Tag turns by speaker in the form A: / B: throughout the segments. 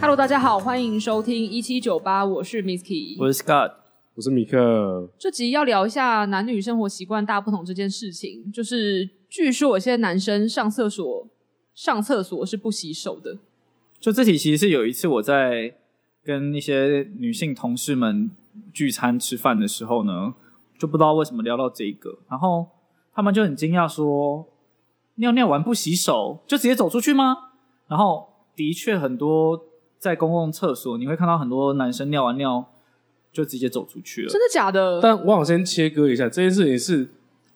A: Hello，大家好，欢迎收听一七九八，我是 Misky。
B: 我是 Scott，
C: 我是米克，
A: 这集要聊一下男女生活习惯大不同这件事情，就是据说有些男生上厕所上厕所是不洗手的，
B: 就这题其实是有一次我在跟一些女性同事们聚餐吃饭的时候呢，就不知道为什么聊到这个，然后他们就很惊讶说，尿尿完不洗手就直接走出去吗？然后的确很多在公共厕所你会看到很多男生尿完尿就直接走出去了
A: 真，的假的？
C: 但我想先切割一下这件事情是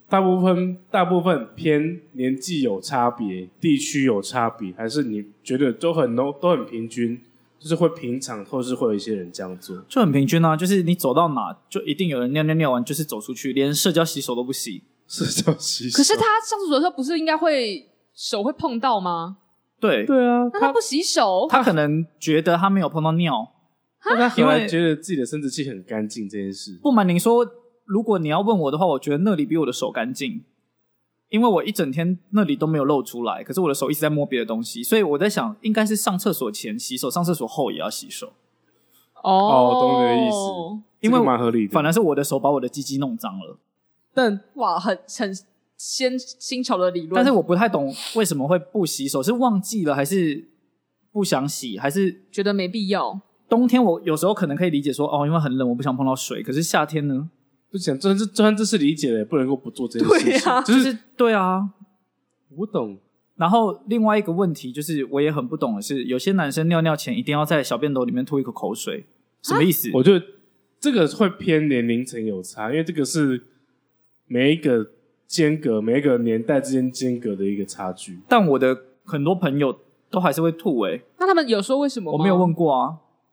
C: 大部分大部分偏年纪有差别，地区有差别，还是你觉得都很都都很平均，就是会平常或是会有一些人这样做，
B: 就很平均啊，就是你走到哪就一定有人尿尿尿完就是走出去，连社交洗手都不洗。
C: 是叫洗手。
A: 可是他上厕所的时候不是应该会手会碰到吗？
B: 对，
C: 对啊，
A: 那
C: 他
A: 他不洗手，
B: 他可能觉得他没有碰到尿，
C: 但他
B: 因
C: 很
B: 为
C: 难觉得自己的生殖器很干净这件事，
B: 不瞒您说，如果你要问我的话，我觉得那里比我的手干净，因为我一整天那里都没有露出来，可是我的手一直在摸别的东西，所以我在想，应该是上厕所前洗手，上厕所后也要洗手，
A: 哦
C: 哦懂你的意思。
B: 因为
C: 这个蛮合理的。
B: 反而是我的手把我的鸡鸡弄脏了。
C: 但
A: 哇，很很先新潮的理论，
B: 但是我不太懂为什么会不洗手，是忘记了还是不想洗，还是
A: 觉得没必要。
B: 冬天我有时候可能可以理解说，哦，因为很冷，我不想碰到水，可是夏天呢？
C: 不想，就算这就算这是理解了，也不能够不做这件事
A: 对
C: 情。
A: 啊
B: 就是对啊，
C: 我懂，
B: 然后另外一个问题就是，我也很不懂的是，有些男生尿尿前一定要在小便斗里面吐一口口水，什么意思？
C: 我觉得这个会偏年龄层有差，因为这个是每一个间隔、每一个年代之间间隔的一个差距。
B: 但我的很多朋友都还是会吐诶、欸
A: 那他们有说为什么
B: 我
A: 吗？
B: 没有问过啊，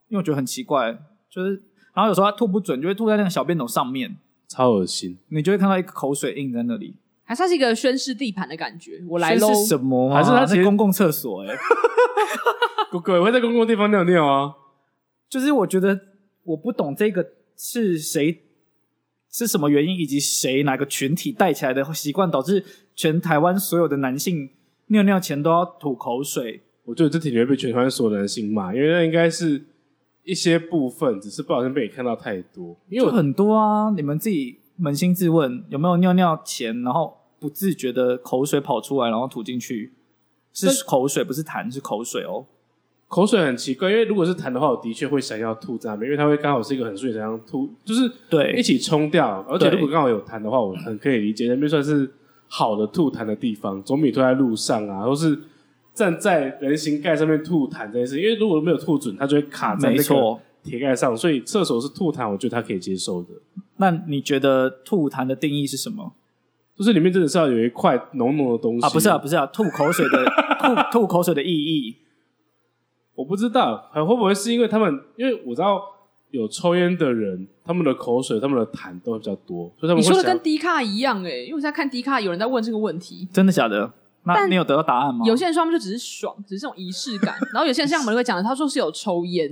B: 因为我觉得很奇怪，就是然后有时候他吐不准，就会吐在那个小便斗上面，
C: 超恶 心，
B: 你就会看到一个口水印在那里。
A: 还是它是一个宣示地盘的感觉。我来喽
B: 这，是什么啊、
C: 还是他其实
B: 在公共厕所、欸？
C: 狗狗也会在公共地方尿尿啊，
B: 就是我觉得我不懂这个是谁是什么原因，以及谁哪个群体带起来的习惯，导致全台湾所有的男性尿尿前都要吐口水。
C: 我觉得这挺容易被全台湾所有男性骂，因为那应该是一些部分，只是不小心被你看到太多。因为
B: 就
C: 我
B: 很多啊，你们自己扪心自问，有没有尿尿前然后不自觉的口水跑出来，然后吐进去？是口水，不是痰，是口水哦。
C: 口水很奇怪，因为如果是痰的话，我的确会想要吐在那边，因为它会刚好是一个很顺，想要吐，就是一
B: 对，
C: 起冲掉。而且
B: 对
C: 如果刚好有痰的话，我很可以理解，那边算是好的吐痰的地方，总比吐在路上啊，或是站在人行盖上面吐痰这件事。因为如果没有吐准，它就会卡在
B: 没
C: 那个
B: 错。
C: 铁盖上，所以厕所是吐痰，我觉得它可以接受的。
B: 那你觉得吐痰的定义是什么
C: 就是里面真的是要有一块浓浓的东西
B: 啊？不是啊，，不是啊，吐口水 的吐吐口水的意义。
C: 我不知道，呃还会不会是因为他们，因为我知道有抽烟的人，他们的口水、他们的痰都会比较多，所以他们
A: 你
C: 会
A: 说的
C: 想
A: 跟迪卡一样哎、因为我现在看迪卡有人在问这个问题，
B: 真的假的？那
A: 但
B: 你有得到答案吗？
A: 有些人说他们就只是爽，只是这种仪式 感，然后有些人像我们会讲的，他说是有抽烟，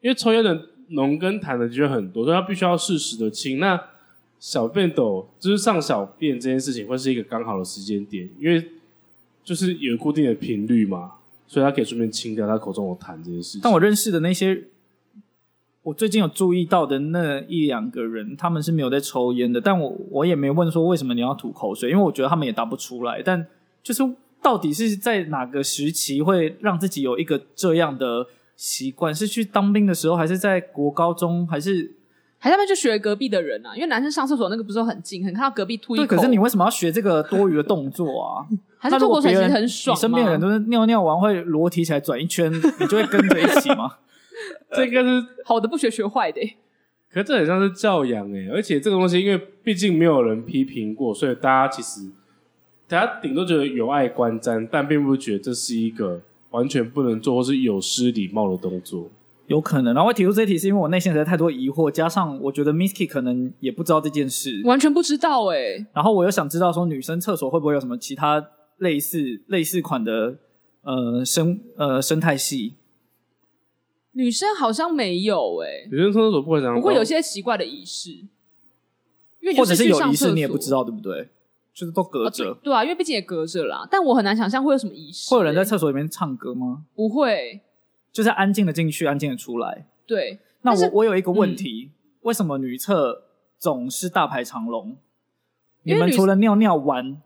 C: 因为抽烟的浓跟痰的的确很多，所以他必须要适时的清。那小便斗就是上小便这件事情，会是一个刚好的时间点，因为就是有固定的频率嘛，所以他可以顺便清掉他口中的痰这件事情。
B: 但我认识的那些，我最近有注意到的那一两个人，他们是没有在抽烟的，但我我也没问说为什么你要吐口水，因为我觉得他们也答不出来。但就是到底是在哪个时期会让自己有一个这样的习惯？是去当兵的时候，还是在国高中，还是
A: 还是他们就学隔壁的人啊，因为男生上厕所那个不是都很近，很看到隔壁吐一
B: 对？
A: 口，
B: 可是你为什么要学这个多余的动作啊？
A: 还是
B: 那如
A: 吐
B: 果
A: 口水
B: 别
A: 其实
B: 人
A: 很
B: 你
A: 爽
B: 身边的人
A: 吗？
B: 都是尿尿完会裸体起来转一圈，你就会跟着一起吗？
C: 这应该是，
A: 好的不学学坏的欸、
C: 可是这很像是教养哎、而且这个东西因为毕竟没有人批评过，所以大家其实大家顶多觉得有碍观瞻，但并不觉得这是一个完全不能做或是有失礼貌的动作。
B: 有可能，然后我提出这一题是因为我内心实在太多疑惑，加上我觉得 Misky 可能也不知道这件事，
A: 完全不知道哎、
B: 然后我又想知道说女生厕所会不会有什么其他类似类似款的呃生呃生态系，
A: 女生好像没有哎、
C: 有些人上厕所不会想，
B: 嗯
A: 不过有些奇怪的仪式，因为你
B: 或
A: 就
B: 者
A: 是去
B: 有
A: 上
B: 仪式
A: 厕
B: 你也不
A: 所
B: 知道对不对？就是都隔
A: 哦
B: 着，
A: 对对啊，因为毕竟也隔着啦，但我很难想象会有什么仪式欸、
B: 会有人在厕所里面唱歌吗？
A: 不会，
B: 就是安静的进去，安静的出来。
A: 对，
B: 那
A: 但是嗯
B: 我我有一个问题，为什么女厕总是大排长龙？你
A: 因为
B: 们
A: 女
B: 除了尿尿完，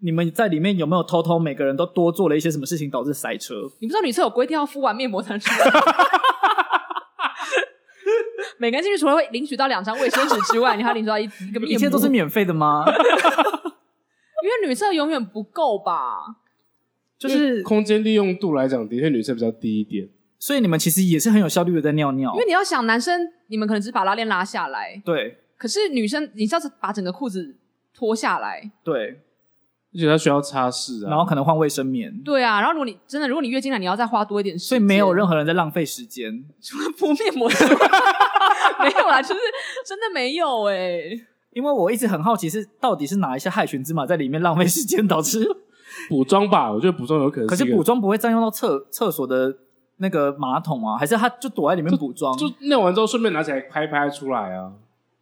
B: 你们在里面有没有偷偷每个人都多做了一些什么事情导致塞车？
A: 你不知道女厕有规定要敷完面膜才能出 来。每个人进去除了会领取到两张卫生纸之外，你还要领取到一一个面膜。
B: 一切都是免费的吗？
A: 因为女厕永远不够吧？
B: 就是，
C: 空间利用度来讲，的确女生比较低一点。
B: 所以你们其实也是很有效率的在尿尿
A: 因。为你要想，男生你们可能只是把拉链拉下来，
B: 对
A: 可是女生你是要把整个裤子脱下来。
B: 对，
C: 而且她需要擦拭啊，
B: 然后可能换卫生棉，
A: 对啊，然后如果你真的，如果你月经来，你要再花多一点时间。
B: 所以没有任
A: 何
B: 何人在浪费时间。
A: 除了 敷面膜之外，没有啦，就是真的没有哎、
B: 因为我一直很好奇是到底是哪一些害群之马在里面浪费时间导致，
C: 补妆吧，我觉得补妆有可能
B: 可是
C: 是一个
B: 补妆不会占用到厕厕所的那个马桶啊，还是他就躲在里面补妆？
C: 就尿完之后顺便拿起来拍拍出来啊。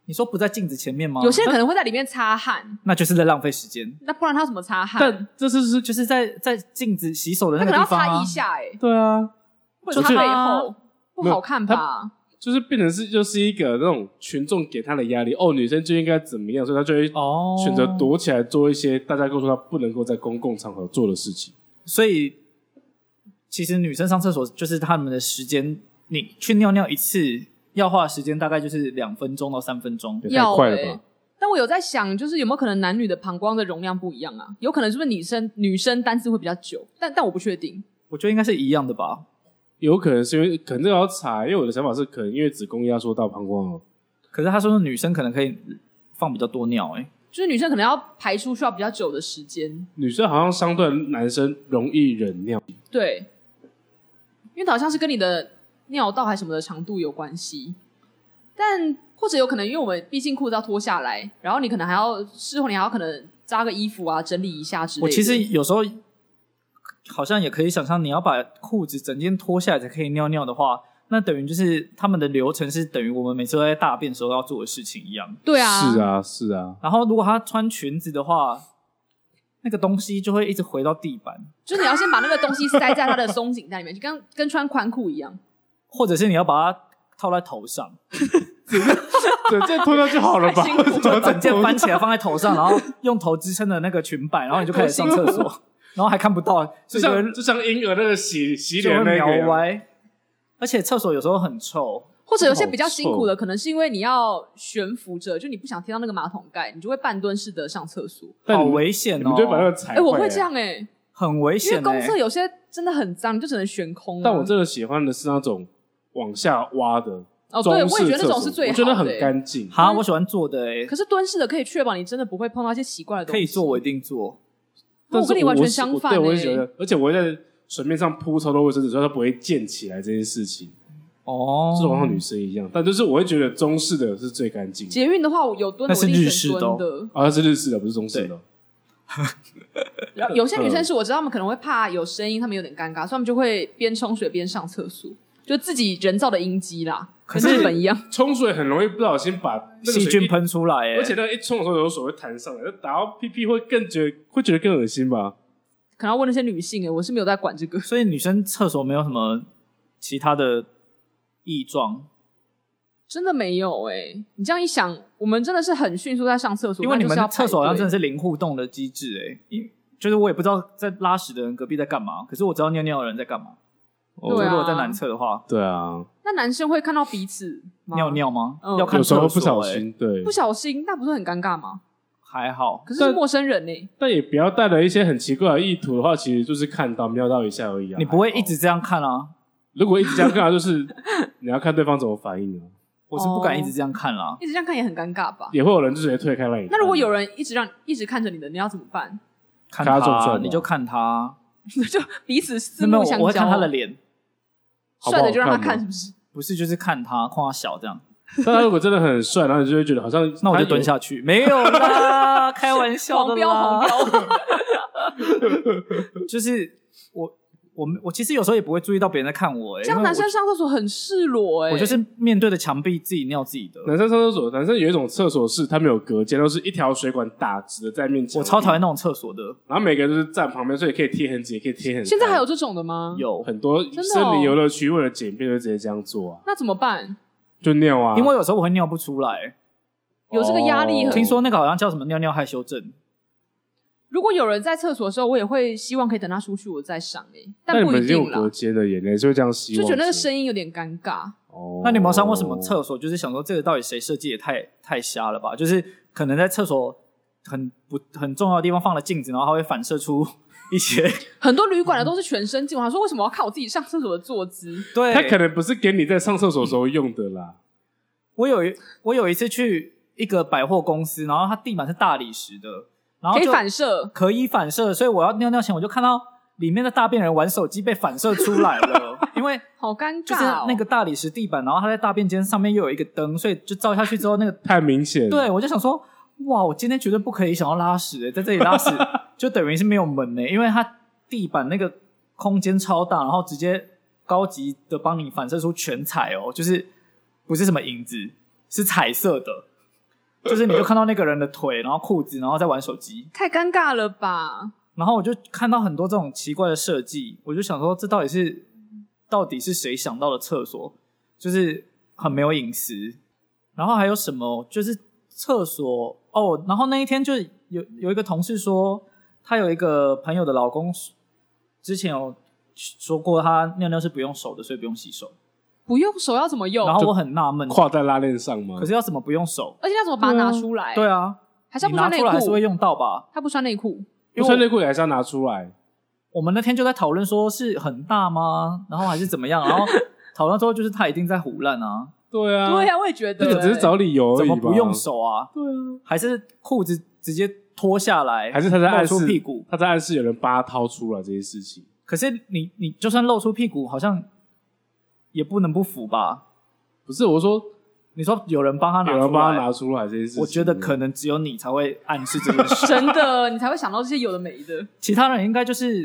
B: 你说不在镜子前面吗？
A: 有些人可能会在里面擦汗，
B: 那就是在浪费时间，
A: 那不然他怎么擦汗？
C: 但这次是
B: 就是在在镜子洗手的
A: 他
B: 那
A: 可
B: 个
A: 能要
B: 地方
A: 擦
B: 啊
A: 一。下哎、
C: 对啊，
A: 或者
B: 就
A: 他
B: 是
A: 背后不
C: 没有
A: 好看吧？
C: 就是变成是就是一个那种群众给她的压力哦，女生就应该怎么样，所以她就会
B: 哦，
C: 选择，躲起来做一些大家都说她不能够在公共场合做的事情。
B: 所以其实女生上厕所就是她们的时间，你去尿尿一次要花的时间大概就是两分钟到三分钟。
C: 对
A: 要
C: 太快了
A: 欸
C: 吧
A: 但我有在想，就是有没有可能男女的膀胱的容量不一样啊？有可能是不是女生女生单次会比较久？但但我不确定。
B: 我觉得应该是一样的吧。
C: 有可能是因为可能这个要查，因为我的想法是可能因为子宫压缩到膀胱哦，
B: 可是她说女生可能可以放比较多尿、欸，哎，
A: 就是女生可能要排出需要比较久的时间，
C: 女生好像相对男生容易忍尿，
A: 对，因为好像是跟你的尿道还是什么的长度有关系，但或者有可能因为我们毕竟裤子要脱下来，然后你可能还要事后你还要可能扎个衣服啊，整理一下之类的。
B: 我其实有时候好像也可以想象，你要把裤子整件脱下来才可以尿尿的话，那等于就是他们的流程是等于我们每次都在大便时候要做的事情一样。
A: 对啊，
C: 是啊是啊，
B: 然后如果她穿裙子的话，那个东西就会一直回到地板，
A: 就是你要先把那个东西塞在它的松紧带里面，就跟跟穿宽裤一 样。
B: 或者是你要把它套在头上，
C: 对，这脱掉就好了吧？
A: 太辛苦 了
C: 为什么要再
B: 整件
C: 脱
B: 翻起来放在 头上，然后用头支撑的那个裙摆，然后你就开始上厕所，
A: 哦
B: 然后还看不到，所
C: 就
B: 以就会
C: 像就像婴儿那个洗洗
B: 就
C: 脸
B: 会
C: 那
B: 瞄
C: 个啊，
B: 歪。而且厕所有时候很臭，
A: 或者有些比较辛苦的，可能是因为你要悬浮着，就你不想贴到那个马桶盖，你就会半蹲式的上厕所。
C: 但
B: 好
C: 你们
B: 危险
C: 你
B: 哦！
C: 们就会把那个踩
A: 哎、
C: 坏。
A: 我会这
C: 哎。
A: 样哎、
B: 很危
A: 因为
B: 险、欸。
A: 公厕有些真的很脏，你就只能悬空、啊。
C: 但我真的喜欢的是那种往下挖的
A: 哦，
C: 中
A: 对，
C: 式
A: 我也觉得那
C: 厕
A: 种
C: 所
A: 是最
C: 我
A: 好
C: 觉
A: 的、欸
C: 得很。干净。
B: 哈，我喜欢做的哎、
A: 嗯可是蹲式的可以确保你真的不会碰到一些奇怪的东
B: 可
A: 西。
B: 以做，我一定做。
A: 那
C: 但
A: 我
C: 是
A: 跟你完全相反、欸。
C: 我对，我也觉得，而且我会在水面上铺超多卫生纸，所以它不会溅起来这件事情，
B: 哦
C: 这种像女生一样。但就是我会觉得中式的是最干净的，
A: 捷运的话，我有蹲的，
B: 那是
A: 我一定
B: 日
A: 选
B: 式的哦
A: 蹲的。
C: 啊，是日式的，不是中式的。
B: 嗯
A: 然后有些女生是我知道，她们可能会怕有声音，她们有点尴尬，所以她们就会边冲水边上厕所，就自己人造的音机啦，
B: 可
A: 跟
B: 是
A: 日本一样。
C: 冲水很容易不小心把那个
B: 细
C: 水
B: 菌
C: 一，
B: 喷出来哎、
C: 而且那个一冲的时候有水会弹上来，那打到屁屁会更觉得会觉得更恶心吧？
A: 可能要问那些女性哎、我是没有在管这个。
B: 所以女生厕所没有什么其他的异状，
A: 真的没有哎、你这样一想，我们真的是很迅速在上厕所，
B: 因为你
A: 那就
B: 们
A: 是要
B: 的
A: 排
B: 厕所好像
A: 队
B: 真的是零互动的机制哎、因就是我也不知道在拉屎的人隔壁在干嘛，可是我知道尿尿的人在干嘛。
C: 哦
A: 对啊
B: 如果在男厕的话，
C: 对啊，
A: 那男生会看到彼此吗
B: 尿尿吗？
A: 嗯
B: 要看
C: 有时
B: 厕所、
C: 候不小
B: 欸，
C: 心，对
A: 不，小心，那不是很尴尬吗？
B: 还好。
A: 可是
C: 但
A: 是陌生人呢、欸
C: 但也不要带了一些很奇怪的意图的话，其实就是看到瞄到一下而已啊。
B: 你不会
C: 还好
B: 一直这样看啊？
C: 如果一直这样看，就是 你要看对方怎么反应啊。
B: 我是不
A: 哦
B: 敢一直这样看啦。
A: 一直这样看也很尴尬吧？
C: 也会有人就直接推开让你看。啊
A: 那如果有人一直让一直看着你的，你要怎么办？
B: 看
C: 看他啊中
B: 他，
C: 算
B: 你
C: 吧
B: 就看他。
A: 就彼此四
B: 那没有，
A: 目相交。啊
B: 我会看他的脸，
C: 好不好
A: 帅的就让他
C: 看
A: 看，
C: 吗
A: 是不是？
B: 不是就是看他，看他小这样。
C: 但他如果真的很帅，然后你就会觉得好像
B: 那我就蹲下去，没有 啦，开玩笑
A: 黄
B: 的
A: 标，
B: 啦。
A: 黄标，
B: 就是我我我其实有时候也不会注意到别人在看我、欸，
A: 这样
B: 因为
A: 男
B: 我
A: 生上厕所很赤裸哎、
B: 我就是面对着墙壁自己尿自己的，
C: 男生上厕所，男生有一种厕所是它没有隔间，都是一条水管打直的在面前。
B: 我超讨厌那种厕所的。
C: 然后每个人都是站旁边，所以可以贴很紧，也可以贴很开。
A: 现在还有这种的吗？
B: 有，
C: 很多
A: 的哦
C: 森林游乐区为了简便就直接这样做啊，
A: 那怎么办？
C: 就尿啊。
B: 因为有时候我会尿不出来。
A: 有这个压力
C: 哦
A: 很
B: 听说那个好像叫什么尿尿害羞症，
A: 如果有人在厕所的时候，我也会希望可以等他出去我再上哎、但
C: 那你
A: 不
C: 们
A: 一
C: 已经
A: 定
C: 有隔
A: 啦，
C: 间了耶，你还是会这样希
A: 就
C: 望
A: 觉得那个
C: 是吗
A: 声音有点尴尬。
C: 哦
B: 那你有没有上过什么厕所？就是想说这个到底谁设计也太太瞎了吧？就是可能在厕所很不很重要的地方放了镜子，然后它会反射出 一些
A: 很多旅馆的都是全身镜，我想说为什么我要看我自己上厕所的坐姿？
B: 对。
C: 他可能不是给你在上厕所的时候用的啦。
B: 我有一我有一次去一个百货公司，然后它地板是大理石的，然后
A: 可以
B: 就
A: 反射，
B: 可以反射，所以我要尿尿前我就看到里面的大便人玩手机被反射出来 了，因为
A: 好尴
B: 就是
A: 尬、哦。
B: 那个大理石地板，然后它在大便间上面又有一个灯，所以就照下去之后，那个
C: 太明显，
B: 对，我就想说，哇，我今天绝对不可以想要拉屎、欸，在这里拉屎就等于是没有门呢、欸因为它地板那个空间超大，然后直接高级的帮你反射出全彩哦，就是不是什么影子，是彩色的，就是你就看到那个人的腿，然后裤子，然后在玩手机，
A: 太尴尬了吧？
B: 然后我就看到很多这种奇怪的设计，我就想说，这到底是到底是谁想到的厕所？就是很没有隐私。然后还有什么？就是厕所哦。然后那一天就有有一个同事说，她有一个朋友的老公之前有说过，他尿尿是不用手的，所以不用洗手。
A: 不用手要怎么用？
B: 然后我很纳闷，
C: 挎在拉链上吗？
B: 可是要怎么不用手？
A: 而且要怎么把它拿出来？
B: 对啊，
A: 还是他
B: 你
A: 不穿
B: 拿出
A: 内
B: 来还是会
A: 裤？
B: 用到吧？
A: 他不穿内裤，
B: 因
C: 不
B: 为我
C: 穿内裤也还是要拿出来。
B: 我们那天就在讨论说是很大吗？然后还是怎么 样？然后讨论之后就是他一定在胡乱啊，
C: 对啊，
A: 对呀、我也觉得、
C: 这个只是找理由而
B: 怎
C: 已吧
B: 么不用手啊？
C: 对啊，
B: 还是裤子直接脱下来，
C: 还是他在
B: 露
C: 暗
B: 出
C: 示
B: 屁股？
C: 他在暗示有人把他掏出来这件事情。
B: 可是你你就算露出屁股，好像也不能不服吧？
C: 不是我说，
B: 你说有人帮他拿
C: 有人
B: 出
C: 帮他
B: 来，
C: 拿出来这件事情，
B: 我觉得可能只有你才会暗示这件 事，
A: 真的，你才会想到这些有的没的。
B: 其他人应该就是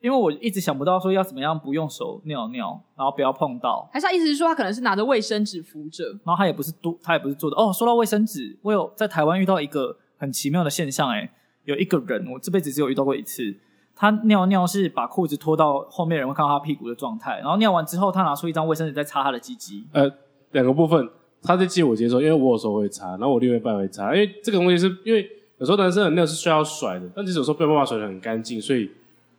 B: 因为我一直想不到说要怎么样不用手尿尿，然后不要碰到，
A: 还是他意思是说他可能是拿着卫生纸扶着，
B: 然后他也不是多，他也不是做的。哦，说到卫生纸，我有在台湾遇到一个很奇妙的现象、欸，有一个人，我这辈子只有遇到过一次，他尿尿是把裤子脱到后面人会看到他屁股的状态，然后尿完之后，他拿出一张卫生纸在擦他的鸡鸡。
C: 呃两个部分，他在接我接受，因为我有时候会擦，然后我另外一半会擦，因为这个东西是因为有时候男生的尿是需要甩的，但其实有时候没有办法甩的很干净，所以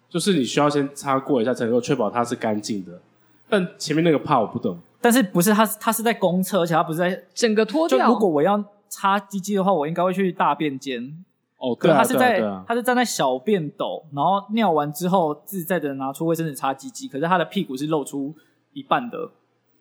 C: 就是你需要先擦过一下，才能够确保它是干净的。但前面那个怕我不懂，
B: 但是不是他，他是在公厕，而且他不是在。
A: 整个脱
B: 就
A: 掉。
B: 如果我要擦鸡鸡的话，我应该会去大便间。
C: 哦，
B: 可
C: 对
B: 是
C: 啊，
B: 他是
C: 对啊，
B: 在、
C: 对啊，
B: 他是站在小便斗，然后尿完之后自在的拿出卫生纸擦鸡鸡，可是他的屁股是露出一半的，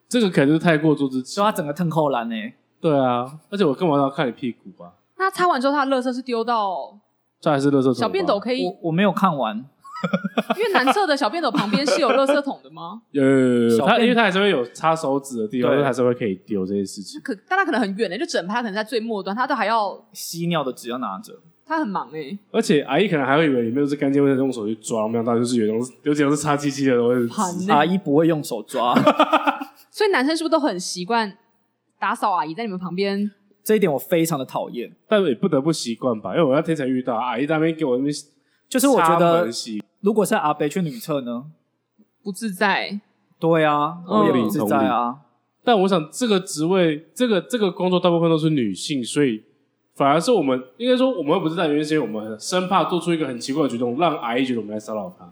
C: 这个可能就是太过做自己
B: 所以，他整个腾扣篮呢、欸
C: 对啊，而且我干嘛要看你屁股啊？
A: 那擦完之后，他的垃圾是丢到
C: 这还是垃圾桶吧
A: 小便斗，可以，
B: 我我没有看完，
A: 因为男厕的小便斗旁边是有垃圾桶的 吗？
C: 有有有有有，
B: 小
C: 他
B: 便
C: 因为他还是会有擦手指的地方，
B: 对
C: 他还是会可以丢这件事情。
A: 可但他可能很远的、就整排可能在最末端，他都还要
B: 吸尿的纸要拿着，
A: 他很忙哎、
C: 而且阿姨可能还会以为里面都是干净卫生纸，用手去抓，没想到就是有一种有几种是擦机器的东西。
A: 盘呢、
B: 阿姨不会用手抓，
A: 所以男生是不是都很习惯打扫阿姨在你们旁边？
B: 这一点我非常的讨厌。
C: 但也不得不习惯吧，因为我那天才遇到阿姨在那边给我那边，
B: 就是我觉得，
C: 洗，
B: 如果是阿北去女厕呢，
A: 不自在，
B: 对啊，
A: 嗯
B: 我也不自在啊。
C: 但我想这个职位，这个这个工作大部分都是女性，所以反而是我们应该说我们又不是在原因，是因为我们生怕做出一个很奇怪的举动，让阿姨觉得我们在骚扰她。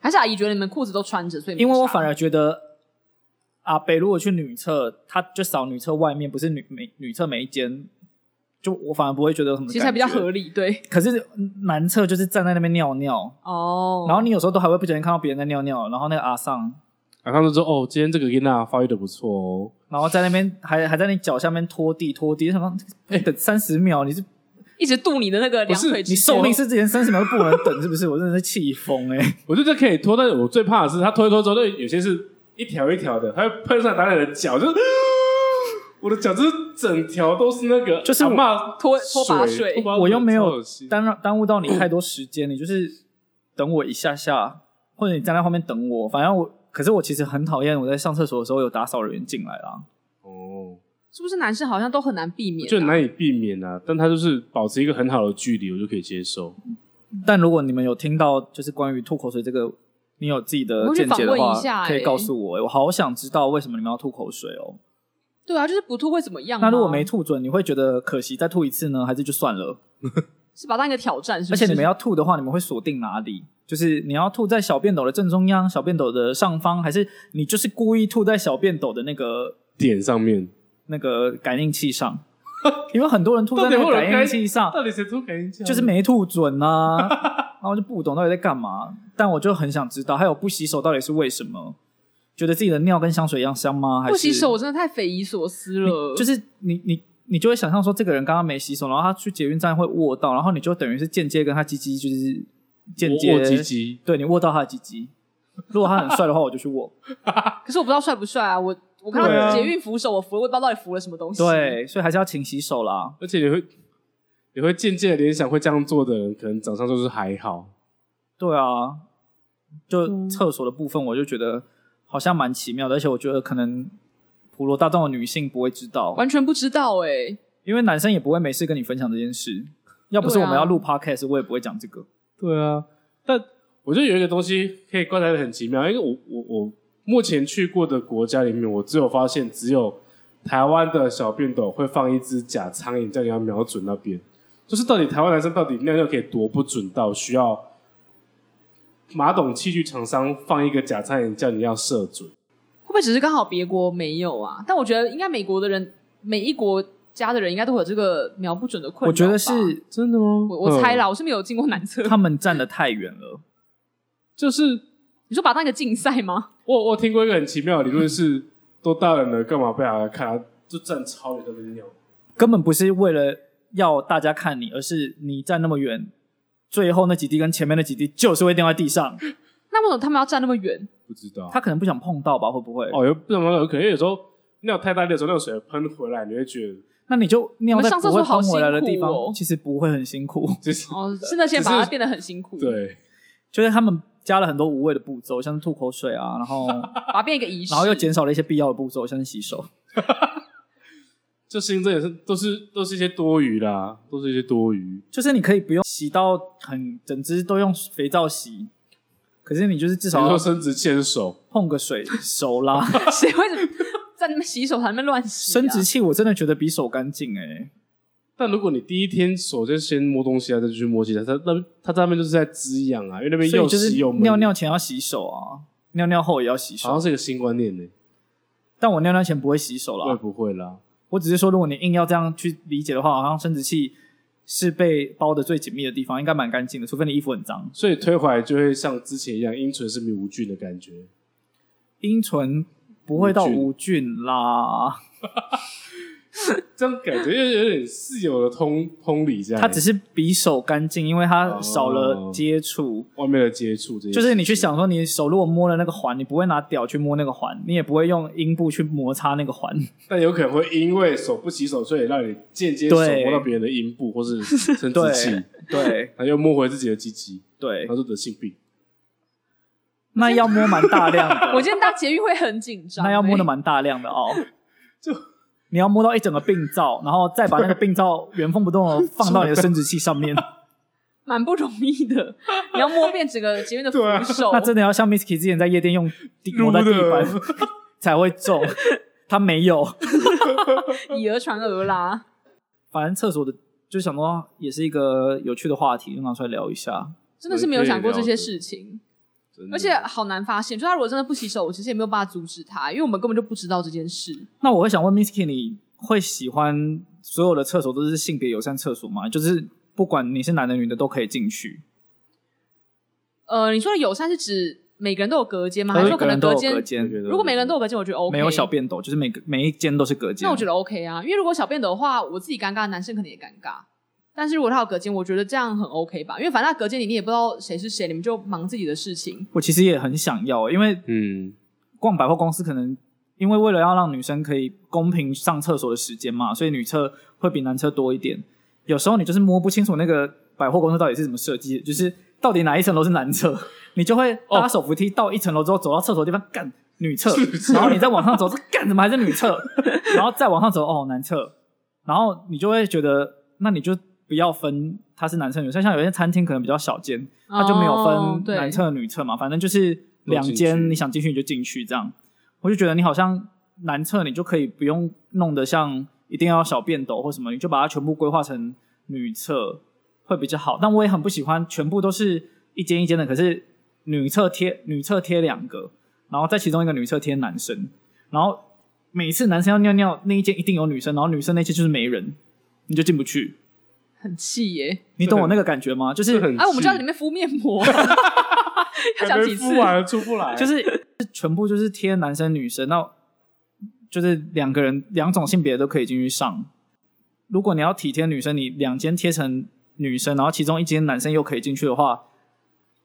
A: 还是阿姨觉得你们裤子都穿着，所以没啊
B: 因为我
A: 差
B: 反而觉得，阿北如果去女厕，他就扫女厕外面，不是女每女厕每一间，就我反而不会觉得有什么。
A: 其实还比较合。理，对
B: 可是男厕就是站在那边尿尿，
A: 哦。
B: 然后你有时候都还会不小心看到别人在尿尿，然后那个阿桑，
C: 然后他就说：“哦，今天这个囡娜发育的不错哦。
B: 然后在那边还还在你脚下面拖地拖地，什么？哎，等三十秒，你是
A: 一直度你的那个两腿
B: 你
A: 之间
B: 寿命是之前三十秒都不能等，是 不是？我真的是气疯哎！”
C: 我觉得这可以拖，但我最怕的是他拖一拖之后，那有些是一条一条的，还会喷上打你的脚，就是我的脚就是整条都是那个，
B: 就是我
C: 骂
A: 拖拖把水
C: 水，
B: 我又没有
C: 但
B: 耽让耽误到你太多时间，你就是等我一下下，或者你站在后面等我，反正我，可是我其实很讨厌我在上厕所的时候有打扫人员进来啊啦。
C: 哦，
A: 是不是男生好像都很难避免、啊？
C: 就难以避免啊。但他就是保持一个很好的距离，我就可以接受。
A: 嗯
B: 但如果你们有听到就是关于吐口水这个，你有自己的
A: 我去
B: 见解的
A: 访问
B: 话
A: 一，下欸嗯
B: 可以告诉我欸、我好想知道为什么你们要吐口水哦。
A: 对啊，就是不吐会怎么样吗？
B: 那如果没吐准，你会觉得可惜再吐一次呢，还是就算了？
A: 是把它当一个挑战，是
B: 而
A: 不是
B: 且你们要吐的话，你们会锁定哪里？就是你要吐在小便斗的正中央、小便斗的上方，还是你就是故意吐在小便斗的那个
C: 点上面，
B: 那个感应器 上？因为很多人吐在那个感应器上，
C: 到底谁出感应器啊？
B: 就是没吐准呐、啊，然后我就不懂到底在干嘛。但我就很想知道，还有不洗手到底是为什么？觉得自己的尿跟香水一样香吗？还是
A: 不洗手，我真的太匪夷所思了。
B: 就是是你你你就会想象说，这个人刚刚没洗手，然后他去捷运站会握到，然后你就等于是间接跟他鸡鸡就是间接
C: 握鸡，鸡，
B: 对你握到他的鸡鸡。如果他很帅的话，我就去 握。
A: 可是我不知道帅不帅啊，我我看
B: 对啊
A: 到捷运扶手，我扶了，我也不知道到底扶了什么东西。，
B: 对，所以还是要勤洗手啦。
C: 而且你会你会渐渐的联想，会这样做的人，可能长相就是还好。
B: 对啊，就
A: 嗯
B: 厕所的部分，我就觉得好像蛮奇妙的，而且我觉得可能普罗大众的女性不会知道，
A: 完全不知道哎、
B: 因为男生也不会没事跟你分享这件事。要不是
A: 对
B: 我
A: 啊
B: 们要录 podcast，我也不会讲这个。
C: 对啊，但我觉得有一个东西可以观察的很奇妙，因为我我我目前去过的国家里面，我只有发现只有台湾的小便斗会放一只假苍蝇，叫你要瞄准那边。就是到底台湾男生到底尿尿可以多不准到需要马桶器具厂商放一个假苍蝇叫你要射准？
A: 会不会只是刚好别国没有啊？但我觉得应该美国的人，每一国家的人应该都会有这个瞄不准的困扰吧。
B: 我觉得是
C: 真的吗？
A: 我我猜
C: 了，
A: 啦，我是没有进过男厕。
B: 他们站得太远了。
C: 就是
A: 你说把它当一个竞赛吗？
C: 我我听过一个很奇妙的理论 是，都大人了，干嘛被大家看？就站超远在那边尿。
B: 根本不是为了要大家看你，而是你站那么远，最后那几滴跟前面那几滴就是会掉在地上。
A: 那为什么他们要站那么远？
C: 不知道
B: 他可能不想碰到吧？会不会？
C: 哦，有不怎么有可能，因为有时候尿太大力的时候，那个水喷回来，你会觉得
B: 那你就尿在
A: 你们上
B: 不
A: 厕所
B: 会
A: 好
B: 喷回来的地方，
A: 辛苦哦
B: 其实不会很辛苦。
C: 就是
A: 哦，是那些把它变得很辛苦，，
C: 对，
B: 就是他们加了很多无谓的步骤，像是吐口水啊，然后
A: 把它变一个仪式，
B: 然后又减少了一些必要的步骤，像是洗手。
C: 这事情这也是都是都是一些多余啦，都是一些多余。
B: 就是你可以不用洗到很整只都用肥皂洗，可是你就是至
C: 比
B: 少
C: 如说
B: 要
C: 生殖器还是手，
B: 碰个水 手啦。
A: 谁会在那边洗手台那边乱洗、啊？
B: 生殖器我真的觉得比手干净哎，
C: 但如果你第一天手就先摸东西啊，再去摸其他，它那它在那边就是在滋养啊，因为那边
B: 所以
C: 又
B: 就是
C: 湿又闷。
B: 尿尿前要洗手啊，尿尿后也要洗
C: 好像
B: 手。
C: 是一个新观念呢、
B: 但我尿尿前不会洗手
C: 会
B: 啦，
C: 不会啦？
B: 我只是说如果你硬要这样去理解的话，好像生殖器是被包的最紧密的地方，应该蛮干净的，除非你衣服很脏。
C: 所以推回来就会像之前一样，阴唇是没无菌的感觉。
B: 阴唇不会到
C: 无菌
B: 无菌啦，
C: 这样感觉又有点室友的通通理这样，
B: 它只是比手干净，因为它
C: 哦
B: 少了接触。
C: 外面的接触这些事情，
B: 就是你去想说，你手如果摸了那个环，你不会拿屌去摸那个环，你也不会用阴部去摩擦那个环，
C: 但有可能会因为手不洗手，所以让你间接手
B: 对
C: 摸到别人的阴部 或是生殖器，
B: 对对
C: 然后又摸回自己的鸡鸡，
B: 对
C: 然，后就得性病。
B: 那要摸蛮大量
A: 我
B: 的，
A: 今天搭捷运会很紧张、
B: 那要摸的
A: 欸
B: 蛮大量的哦。就你要摸到一整个病灶，然后再把那个病灶原封不动的放到你的生殖器上面，
A: 蛮不容易的。 你要摸遍整个捷运的扶
C: 对啊
A: 手，
B: 那真的要像 Misky 之前在夜店用地
C: 撸
B: 抹在地
C: 的
B: 板才会中，他没有。
A: 以讹传讹啦。
B: 反正厕所的就想说也是一个有趣的话题，就拿出来聊一下。
A: 真的是没有想过这些事情，
C: 真的
A: 而且好难发现。就他如果真的不洗手，我其实也没有办法阻止他，因为我们根本就不知道这件事。
B: 那我会想问 Misky，你会喜欢所有的厕所都是性别友善厕所吗？就是不管你是男的女的都可以进去，
A: 呃，你说的友善是指每个人都有隔间吗？还
B: 可
A: 是
B: 是
A: 说
B: 每
A: 可
B: 个
A: 能
B: 人都
A: 隔
B: 有
A: 间？
B: 隔间，
A: 如果每个人都有隔间，我觉得 OK。
B: 没有小，便斗，就是每个每一间都是隔间。
A: 那我觉得 OK 啊，因为如果小便的话，我自己尴尬，男生可能也尴尬。但是如果他有隔间，我觉得这样很 OK 吧，因为反正他隔间里你也不知道谁是谁，你们就忙自己的事情。
B: 我其实也很想要，因为
C: 嗯，
B: 逛百货公司可能。因为为了要让女生可以公平上厕所的时间嘛，所以女厕会比男厕多一点。有时候你就是摸不清楚那个百货公司到底是怎么设计的，就是到底哪一层楼是男厕，你就会
C: 哦
B: 搭手扶梯到一层楼之后走到厕所的地方，干女厕，然后你再往上走，这干怎么还是女厕？然后再往上走，哦，男厕，然后你就会觉得，那你就不要分它是男厕女厕，像有些餐厅可能比较小间，它就没有
A: 哦
B: 分
A: 对
B: 男厕女厕嘛，反正就是两
C: 都进
B: 间，
C: 去
B: 你想进去你就进去这样。我就觉得你好像男厕你就可以不用弄得像一定要小便斗或什么，你就把它全部规划成女厕会比较好。但我也很不喜欢全部都是一间一间的，可是女厕贴女厕贴两个，然后在其中一个女厕贴男生，然后每次男生要尿尿那一间一定有女生，然后女生那间就是没人，你就进不去。
A: 很气耶！
B: 你懂我那个感觉吗？就是
C: 这很
A: 哎、我们就
C: 气
A: 在里面敷面 膜，要
C: 还
A: 讲
C: 没
A: 几次
C: 敷？完出不来，
B: 就是全部就是贴男生女生，那就是两个人两种性别都可以进去上。如果你要体贴女生，你两间贴成女生，然后其中一间男生又可以进去的话，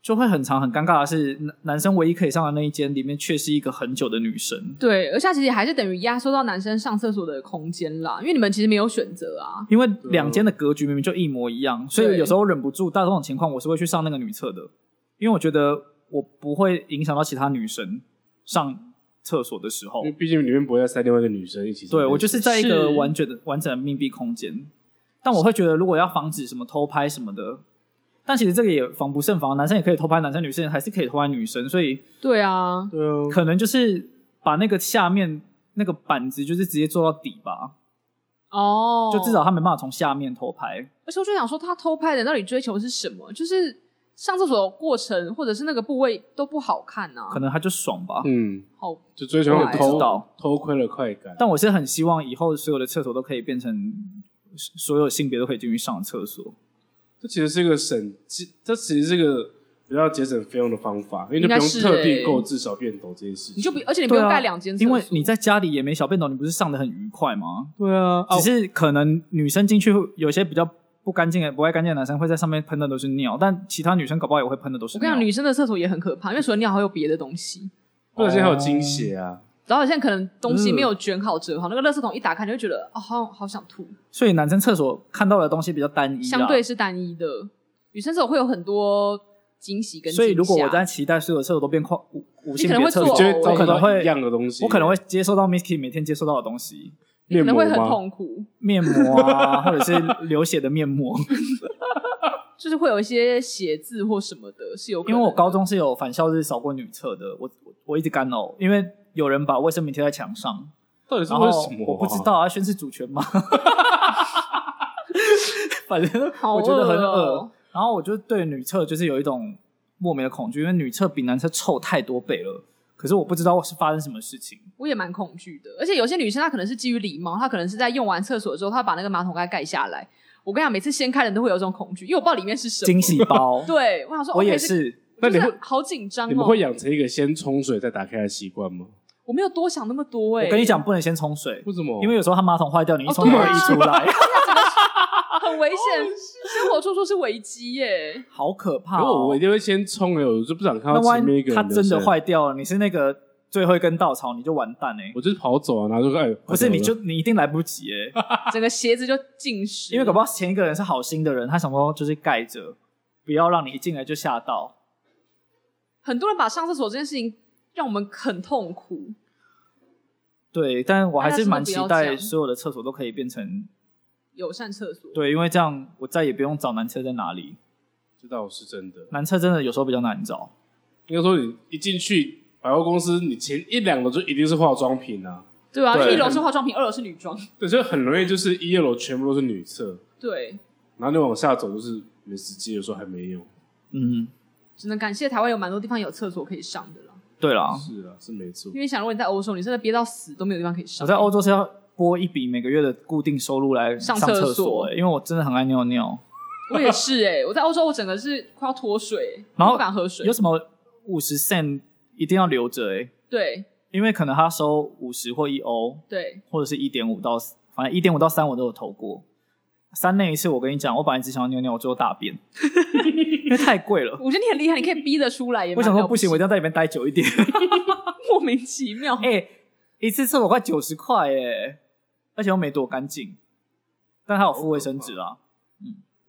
B: 就会很长很尴尬的是，男男生唯一可以上的那一间里面却是一个很久的女生，
A: 对，而且它其实还是等于压缩到男生上厕所的空间啦，因为你们其实没有选择啊。
B: 因为两间的格局明明就一模一样，所以有时候忍不住，大这种情况我是会去上那个女厕的，因为我觉得我不会影响到其他女生上厕所的时候，
C: 因为毕竟里面不会再塞另外一个女生一起上厕所。
B: 对我就是在一个
A: 是
B: 完整的完整的密闭空间，但我会觉得如果要防止什么偷拍什么的，但其实这个也防不胜防，男生也可以偷拍，男生女生还是可以偷拍女生，所以
A: 对啊，
C: 对啊，
B: 可能就是把那个下面那个板子就是直接做到底吧，
A: 哦，
B: 就至少他没办法从下面偷拍。
A: 而且我就想说，他偷拍的到底追求是什么？就是上厕所的过程或者是那个部位都不好看啊
B: 可。能他就爽吧，
C: 嗯，
A: 好，
C: 就追求那种
A: 我也
B: 知
C: 偷
B: 道
C: 偷窥的快感。
B: 但我是很希望以后所有的厕所都可以变成所有性别都可以进去上厕所。
C: 这其实是一个省，这其实是一个比较节省费用的方法，因为就不
A: 应该
C: 用
A: 是
C: 特
A: 欸
C: 地购置小便斗这件事情。
A: 你就不，而且你不
B: 对
A: 用
B: 啊
A: 盖两间厕所，
B: 因为你在家里也没小便斗，你不是上的很愉快吗？
C: 对啊，
B: 只是可能女生进去会有些比较不干净的、不爱干净的男生会在上面喷的都是尿，但其他女生搞不好也会喷的都是
A: 我
B: 尿。
A: 跟你讲，女生的厕所也很可怕，因为除了尿还有别的东西。
C: 不小心还
B: 哦
C: 有惊血啊，
A: 然后现在可能东西没有卷好折好，那个垃圾桶一打开，你就觉得哦，好好想吐。
B: 所以男生厕所看到的东西比较单一啦，
A: 相对是单一的，女生厕所会有很多惊喜跟惊吓。
B: 所以如果我在期待所有厕所都变跨无无性
A: 你可能
B: 别
A: 会
B: 厕
A: 做
B: 所
A: 哦，
C: 就会
B: 我可能会
C: 一样的东西，
B: 我可能会接收到 Misky 每天接收到的东西，
A: 你可
C: 面
A: 能
C: 膜
A: 会很
C: 吗？
A: 痛苦，
B: 面膜啊，或者是流血的面 膜。
A: 就是会有一些写字或什么的，是有可
B: 因
A: 能
B: 为
A: 的。
B: 我高中是有返校日扫过女厕的，我我我一直干呕，因为有人把卫生棉贴在墙上，
C: 到底是
B: 然
C: 为
B: 后
C: 什么啊？
B: 我不知道啊，宣示主权吗？ 反正
A: 好
B: 我觉得很
A: 恶
B: 恶
A: 哦。
B: 然后我就对女厕就是有一种莫名的恐惧，因为女厕比男厕臭太多倍了。可是我不知道是发生什么事情，
A: 我也蛮恐惧的，而且有些女生她可能是基于礼貌，她可能是在用完厕所之后，她把那个马桶盖盖下来。我跟你讲，每次掀开的人都会有一种恐惧，因为我不知道里面是什么。，
B: 惊喜包
A: 对，我想说，
B: 我
A: 哦，
B: 也
A: 可以
B: 是。
C: 那你
A: 就是
C: 会
A: 好紧张
C: 你
A: 哦
C: 们。会养成一个先冲水再打开的习惯吗？
A: 我没有多想那么多哎、
B: 我跟你讲，不能先冲水，
C: 为什么？
B: 因为有时候它马桶坏掉，你一
A: 哦
B: 冲水
A: 对
B: 溢
A: 啊
B: 出来，
A: 很 危险，生活处处是危机耶。
B: 好可怕
C: 如果
B: 哦
C: 我一！定会先冲哎，我就不想看
B: 那
C: 到
B: 万
C: 前面
B: 一
C: 一个人
B: 它
C: 流
B: 真
C: 血
B: 的，坏掉了，你是那个最后一根稻草，你就完蛋哎！
C: 我就是跑走啊，然后就哎，
B: 不是，你就
C: 跑走了
B: 你一定来不及哎，
A: 整个鞋子就浸湿，
B: 因为搞不
A: 好
B: 好前一个人是好心的人，他想说就是盖着，不要让你一进来就吓到。
A: 很多人把上厕所这件事情让我们很痛苦。
B: 对，但我还
A: 大家
B: 是
A: 真的
B: 蛮
A: 不
B: 期
A: 要这
B: 待
A: 样
B: 所有的厕所都可以变成
A: 友善厕所，
B: 对，因为这样我再也不用找男厕在哪里。
C: 知道是真的。
B: 男厕真的有时候比较难找，
C: 应该说你一进去百货公司，你前一两楼就一定是化妆品啊，
A: 对啊，
B: 对
A: 一楼是化妆品，二楼是女装，
C: 对，所以很容易就是一二楼全部都是女厕，
A: 对，
C: 然后你往下走就是美食街，有时候还没有。
B: 嗯，
A: 只能感谢台湾有蛮多地方有厕所可以上的啦。
B: 对啦，
C: 是啊，是没错
A: 因。为想，如果你在欧洲，你真的憋到死都没有地方可以上。
B: 我在欧洲是要拨一笔每个月的固定收入来
A: 上
B: 厕
A: 厕
B: 所，
A: 所
B: 欸因为我真的很爱尿尿。
A: 我也是哎、我在欧洲，我整个是快要脱水、欸，
B: 然后
A: 不敢喝水
B: 有。什么五十 cent 一定要留着哎、欸
A: 对
B: 因为可能他收五十或一欧，
A: 对，
B: 或者是一点五到，反正一点五到三我都有投过。三那一次，我跟你讲，我本来只想要尿尿，我最后大 便，因为太贵了。
A: 我觉得你很厉害，你可以逼得出来。也蛮
B: 我想说
A: 了
B: 不
A: 不起
B: 行，我一定要在里面待久一点。
A: 莫名其妙。
B: 哎、一次厕所快九十块哎，而且又没多干净，但它有附卫生纸啦。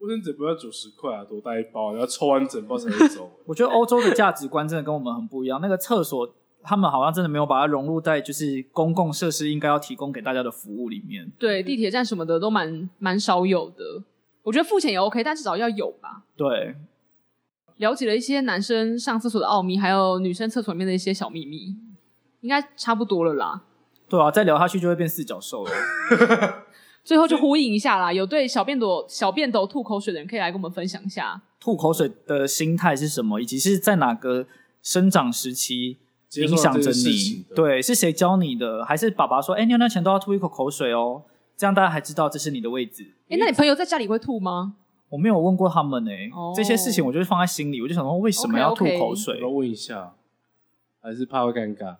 C: 卫生纸不要九十块啊，多带一包啊，然后抽完整包才 会走。
B: 我觉得欧洲的价值观真的跟我们很不一样。那个厕所，他们好像真的没有把它融入在就是公共设施应该要提供给大家的服务里面。
A: 对，地铁站什么的都蛮蛮少有的。我觉得付钱也 OK，但至少要有吧。
B: 对，
A: 了解了一些男生上厕所的奥秘，还有女生厕所里面的一些小秘密，应该差不多了啦。
B: 对啊，再聊下去就会变四脚兽了。
A: 最后就呼应一下啦，有对小便斗小便斗吐口水的人，可以来跟我们分享一下。
B: 吐口水的心态是什么，以及是在哪个生长时期
C: 接受
B: 影
C: 了
B: 响
C: 这
B: 着
C: 件事
B: 你
C: 情的？
B: 对，是谁教你的？还是爸爸说，哎、尿尿前都要吐一口口水哦，这样大家还知道这是你的位置。
A: 哎、那你朋友在家里会吐吗？
B: 我没有问过他们诶，
A: 哦
B: 这些事情我就是放在心里，我就想说为什么要吐
A: OK，OK
B: 口
C: 我
B: 水
C: 要问一下，还是怕会尴尬？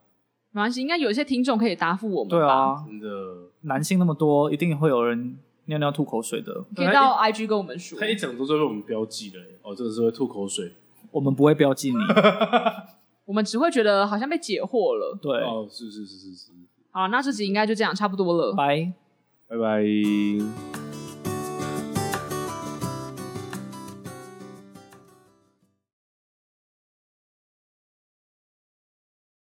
A: 没关系，应该有一些听众可以答复我们吧。
B: 对，啊，
C: 真的，
B: 男性那么多，一定会有人尿尿吐口水的。
A: 可以到 IG 跟我们说
C: 他。一讲都就被我们标记了、哦，这个是会吐口水。
B: 我们不会标 记你。
A: 我们只会觉得好像被解惑了。
B: 对，
C: 哦，是是是是是，
A: 好，那这集应该就这样，差不多了。
B: 拜。
C: 拜拜。